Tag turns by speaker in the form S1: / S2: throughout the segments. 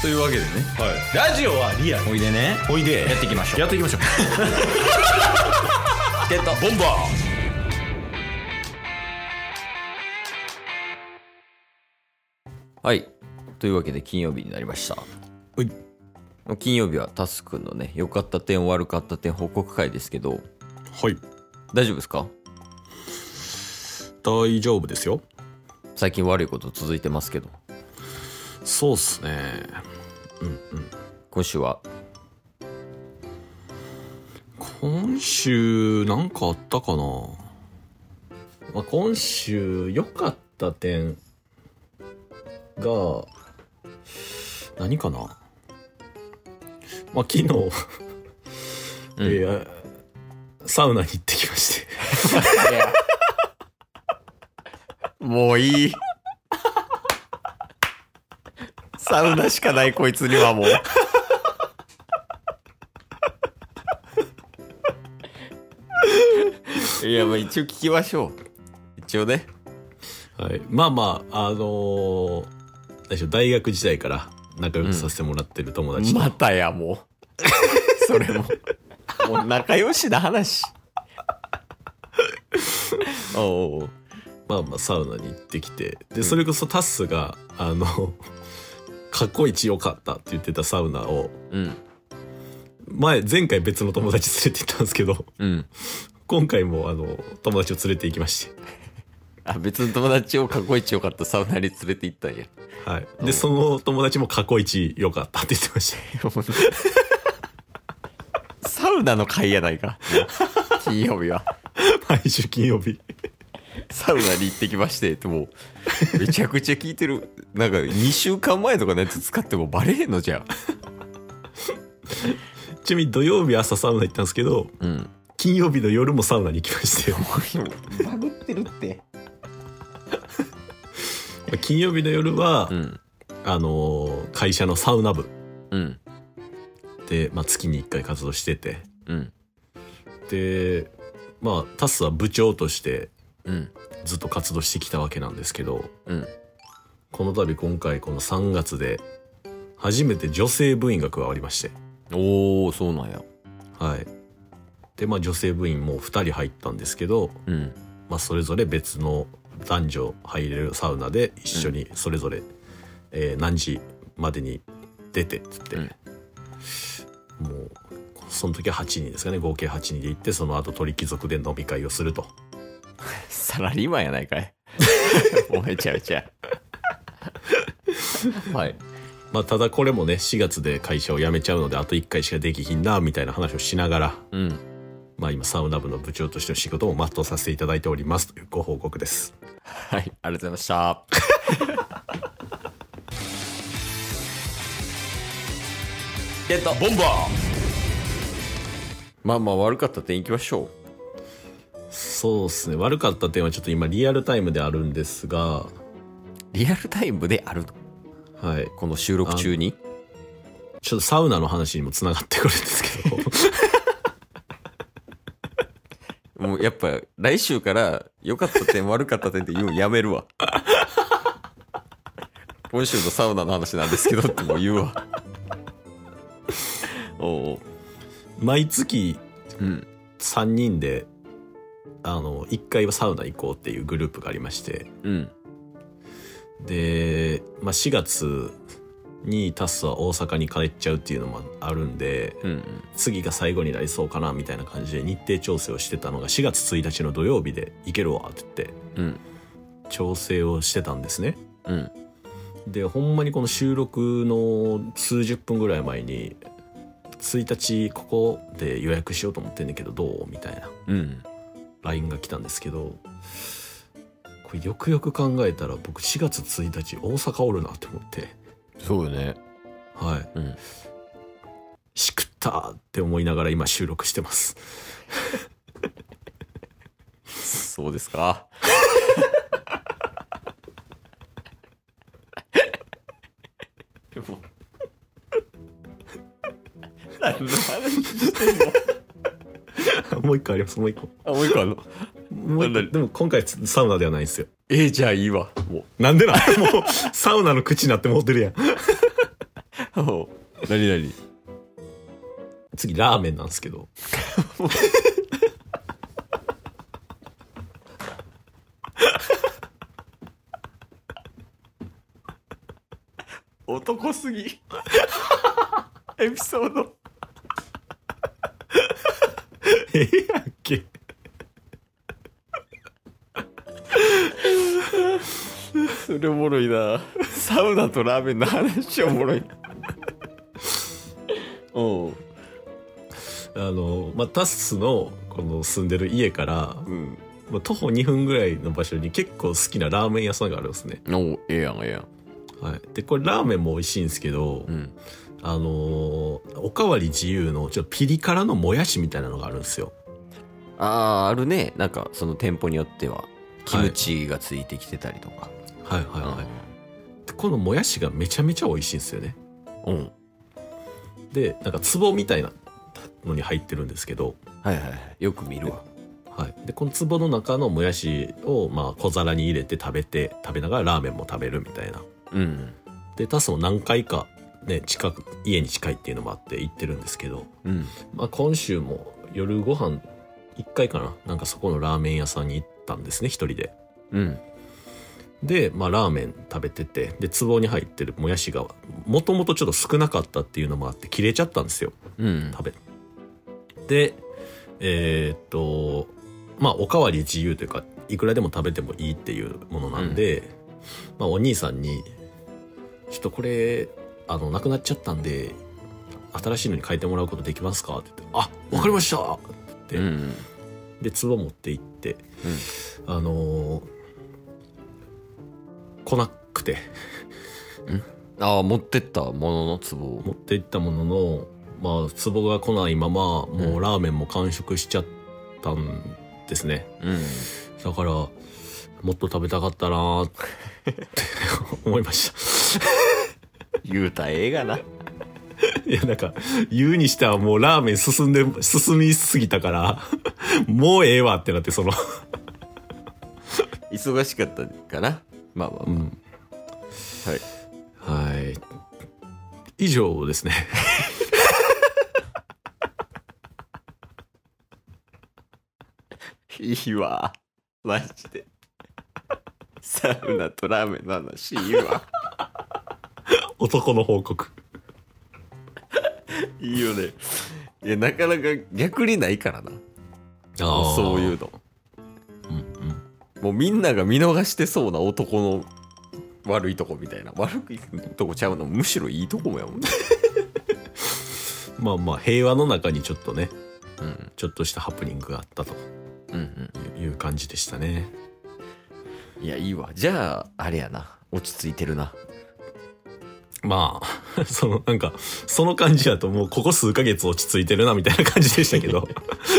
S1: というわけでね
S2: はい、ラジオはリアル
S1: おいでね
S2: おいで
S1: やっていきましょう
S2: やっていきましょう
S1: ってた
S2: ボンバ
S1: はいというわけで金曜日になりました
S2: はい
S1: 金曜日はタスくんのね良かった点悪かった点報告会ですけど
S2: ーはい
S1: 大丈夫ですか
S2: 大丈夫ですよ
S1: 最近悪いこと続いてますけど
S2: そうっすね
S1: 今週は
S2: 今週なんかあったかな、まあ、今週良かった点が何かなまあ昨日、えーサウナに行ってきまして
S1: もういいサウナしかないこいつにはもういやまあ一応聞きましょう一応ね
S2: はい、まあまああのー何でしょう大学時代から仲良くさせてもらってる友達と、
S1: またやもうそれももう仲良しな話おうおう
S2: まあまあサウナに行ってきてでそれこそタッスがあの 過去一良かったって言ってたサウナを
S1: うん
S2: 前前回別の友達連れて行ったんですけど
S1: うん
S2: 今回もあの友達を連れて行きまし
S1: あ別の友達を過去一良かったサウナに連れて行ったんや
S2: て、はい、でその友達も過去一良かったって言ってま した
S1: サウナの会やないか金曜日は
S2: 毎週金曜日
S1: サウナに行ってきましてってもうめちゃくちゃ聞いてるなんか2週間前とかのやつ使ってもバレへんのじゃん
S2: ちなみに土曜日朝サウナ行ったんですけど
S1: うん
S2: 金曜日の夜もサウナに行きま して
S1: バグってるって
S2: 金曜日の夜は、
S1: うん
S2: あのー会社のサウナ部
S1: うん
S2: で、まあ、月に1回活動してて
S1: うん
S2: でまあタスは部長として
S1: うん
S2: ずっと活動してきたわけなんですけど
S1: うん
S2: この度今回この3月で初めて女性部員が加わりまして
S1: おおそうなんや
S2: はいでまあ女性部員も2人入ったんですけど、
S1: うん
S2: まあ、それぞれ別の男女入れるサウナで一緒にそれぞれ、えー何時までに出てっつって、
S1: うん
S2: もうその時は8人ですかね合計8人で行ってその後鳥貴族で飲み会をすると
S1: サラリーマンやないかい おめちゃめちゃはい
S2: まあただこれもね4月で会社を辞めちゃうのであと1回しかできひんなみたいな話をしながら
S1: うん
S2: まあ今サウナ部の部長としての仕事を全うさせていただいておりますというご報告です
S1: はいありがとうございました ゲットボンバーまあまあ悪かった点いきましょ
S2: そうですね悪かった点はちょっと今リアルタイムであるんですが
S1: うリアルタイムであるの
S2: はい
S1: この収録中に
S2: ちょっとサウナの話にもつながってくるんですけど
S1: もうやっぱ来週から良かった点悪かった点って言うのやめるわ 今週のサウナの話なんですけどってもう言うわ おう
S2: 毎月
S1: おううん
S2: 3人であの1回はサウナ行こうっていうグループがありまして
S1: うん
S2: で、まあ、4月にタスは大阪に帰っちゃうっていうのもあるんで、
S1: うん
S2: 次が最後になりそうかなみたいな感じで日程調整をしてたのが4月1日の土曜日で行けるわって言って
S1: うん
S2: 調整をしてたんですね
S1: うん
S2: でほんまにこの収録の数十分ぐらい前に1日ここで予約しようと思ってんねんけどどうみたいな
S1: うん、
S2: LINE が来たんですけどこれよくよく考えたら僕4月1日大阪おるなと思って
S1: そうよね
S2: はい、
S1: うん
S2: しくったって思いながら今収録してます
S1: そうですかもう何の話してんの
S2: もう一個ありますもう一個
S1: あもう一個あんの
S2: もう一個
S1: 何
S2: でも今回サウナではないんですよ
S1: えーじゃあいいわもう
S2: なんでなんもうサウナの口になって持ってるやん
S1: おう何何
S2: 次ラーメンなんですけど
S1: 男すぎエピソード
S2: ええやんけ
S1: それおもろいなサウナとラーメンの話おもろいおう
S2: あの、まあ、タッスのこの住んでる家から、
S1: うん
S2: まあ、徒歩2分ぐらいの場所に結構好きなラーメン屋さんがあるんですね、
S1: おうええやんええやん
S2: はい、でこれラーメンも美味しいんですけど、
S1: うん
S2: あのーおかわり自由のちょっとピリ辛のもやしみたいなのがあるんですよ
S1: あああるねなんかその店舗によってはキムチがついてきてたりとか、
S2: はいはいはいでこのもやしがめちゃめちゃ美味しいんですよね
S1: うんうん
S2: でなんか壺みたいなのに入ってるんですけど、
S1: はいはいはいよく見るわ
S2: はい、でこの壺の中のもやしをまあ小皿に入れて食べて食べながらラーメンも食べるみたいな
S1: うん
S2: でタスも何回か、ね、近く家に近いっていうのもあって行ってるんですけど、
S1: うん
S2: まあ、今週も夜ご飯1回かななんかそこのラーメン屋さんに行ったんですね一人で
S1: うん
S2: で、まあ、ラーメン食べててで壺に入ってるもやしがもともとちょっと少なかったっていうのもあって切れちゃったんですよ
S1: うん
S2: 食べでえーっとまあおかわり自由というかいくらでも食べてもいいっていうものなんで、まあ、お兄さんに「ちょっとこれあのなくなっちゃったんで新しいのに変えてもらうことできますか?」って言って「あわかりました!」って
S1: う
S2: 言って、
S1: ん
S2: で壺持って行って、あのー来なくて
S1: ああ持ってったものの壺を
S2: 持って行ったもののまあ壺が来ないままもうラーメンも完食しちゃったんですね、
S1: うん
S2: だからもっと食べたかったなーって思いまし
S1: 言うたらええがな
S2: た いやなんか言うにしてはもうラーメン進んで進みすぎたからもうええわってなってその、
S1: 忙しかったかなまあまあ、まあ、はい
S2: はい以上ですね
S1: いいわ。マジで。サウナとラーメンの話いい わ。
S2: 男の報告
S1: いいよね。いや、なかなか逆にないからな。そういうの。
S2: うんうん
S1: もうみんなが見逃してそうな男の悪いとこみたいな。悪いとこちゃうの、むしろいいとこもやもんね。
S2: まあまあ平和の中にちょっとね
S1: うん。
S2: ちょっとしたハプニングがあったと
S1: うんうん
S2: いう感じでしたね
S1: うん。いや、いいわ。じゃあ、あれやな。落ち着いてるな。
S2: まあ、 そのなんか、その感じだともうここ数ヶ月落ち着いてるなみたいな感じでしたけ ど、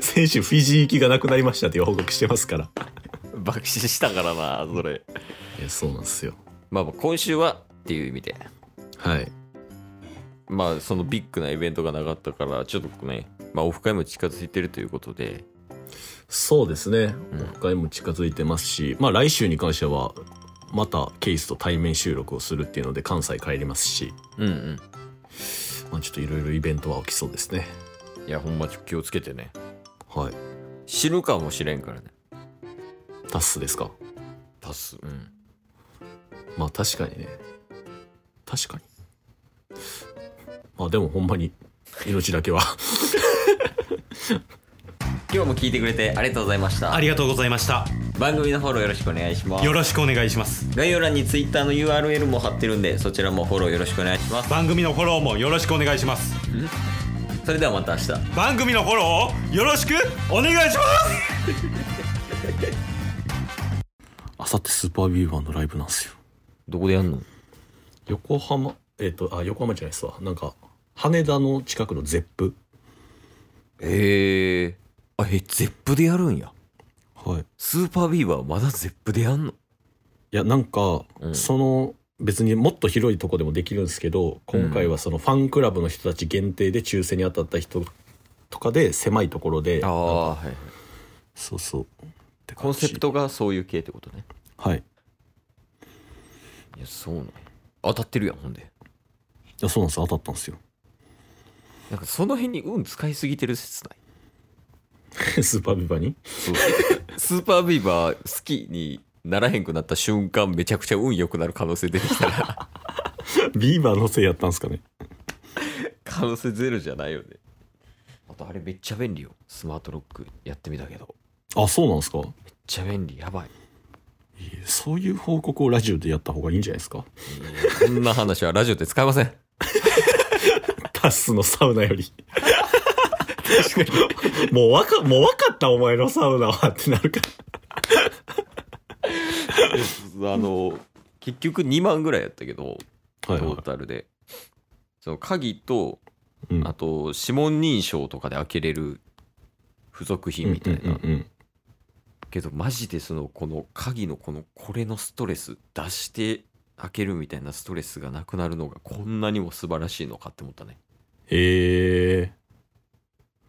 S2: 選手フィジー行きがなくなりましたっていう報告してますから。
S1: 爆死したからな、それ。
S2: いや、そうなんですよ。
S1: まあまあ、今週はっていう意味で。
S2: はい。
S1: まあそのビッグなイベントがなかったからちょっとね、まあ、オフ会も近づいてるということで
S2: そうですね
S1: うん。
S2: オフ会も近づいてますし、まあ来週に関しては、またケイスと対面収録をするっていうので関西帰りますし、
S1: うんうん
S2: まあちょっといろいろイベントは起きそうですね。
S1: いやほんまちょっと気をつけてね
S2: はい。
S1: 死ぬかもしれんからね
S2: タッスですか。
S1: パスうん
S2: まあ確かにね。確かに。まあでもほんまに、命だけは。
S1: 今日も聞いてくれてありがとうございました
S3: ありがとうございました。
S1: 番組のフォローよろしくお願いします
S3: よろしくお願いします。
S1: 概要欄に Twitter の URL も貼ってるんでそちらもフォローよろしくお願いします
S3: 番組のフォローもよろしくお願いします。
S1: それではまた明日
S3: 番組のフォローをよろしくお願いします
S2: あさってスーパービーバーのライブなんですよ。
S1: どこでやんの
S2: 横浜、えっ、と、あ、横浜じゃないですわ。なんか、羽田の近くのゼップ。
S1: ええあえゼップでやるんや
S2: はい。い
S1: スーパービーバーまだゼップでやんの
S2: や、なんか、
S1: うん
S2: その、別にもっと広いとこでもできるんですけど、今回はそのファンクラブの人たち限定で抽選に当たった人とかで狭いところで、
S1: ああはいはい
S2: そうそう。って
S1: コ
S2: 感
S1: ン
S2: じ
S1: セプトがそういう系ってことね
S2: はい。
S1: いやそうなんや当たってるやんほんで
S2: やそうなんですよ当たったんですよ
S1: なんかその辺に運使いすぎてる説ない
S2: スーパービバに
S1: スーパービーバー好きにならへんくなった瞬間めちゃくちゃ運良くなる可能性出てきたら
S2: ビーバーのせいやったんですかね
S1: 可能性ゼロじゃないよねあとあれめっちゃ便利よスマートロックやってみたけど
S2: あそうなんですか
S1: めっちゃ便利やばい
S2: いえそういう報告をラジオでやった方がいいんじゃないですか
S1: こんな話はラジオで使えません
S2: タスのサウナより もうわかもうわかったお前のサウナはってなるから
S1: あの結局2万ぐらいやったけど
S2: はい
S1: トータルで、その鍵と
S2: うん
S1: あと指紋認証とかで開けれる付属品みたいな、
S2: うんうんうん
S1: けどマジでそのこの鍵のこのこれのストレス出して開けるみたいなストレスがなくなるのがこんなにも素晴らしいのかって思ったね
S2: へえ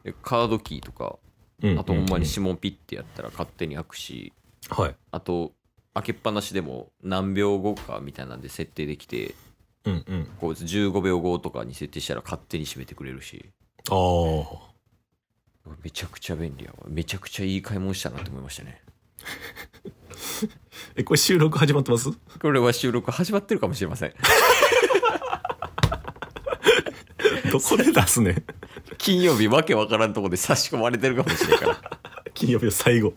S1: でカードキーとか
S2: う
S1: あとほんまに指紋ピッてやったら勝手に開くし
S2: はい
S1: あと開けっぱなしでも何秒後かみたいなんで設定できて
S2: うんうん
S1: こう15秒後とかに設定したら勝手に閉めてくれるし
S2: ああ
S1: めちゃくちゃ便利やわめちゃくちゃいい買い物したなって思いましたね
S2: えこれ収録始まってます
S1: これは収録始まってるかもしれません
S2: どこで出す ね
S1: 金曜日わけわからんとこで差し込まれてるかもしれないから
S2: 金曜日の最後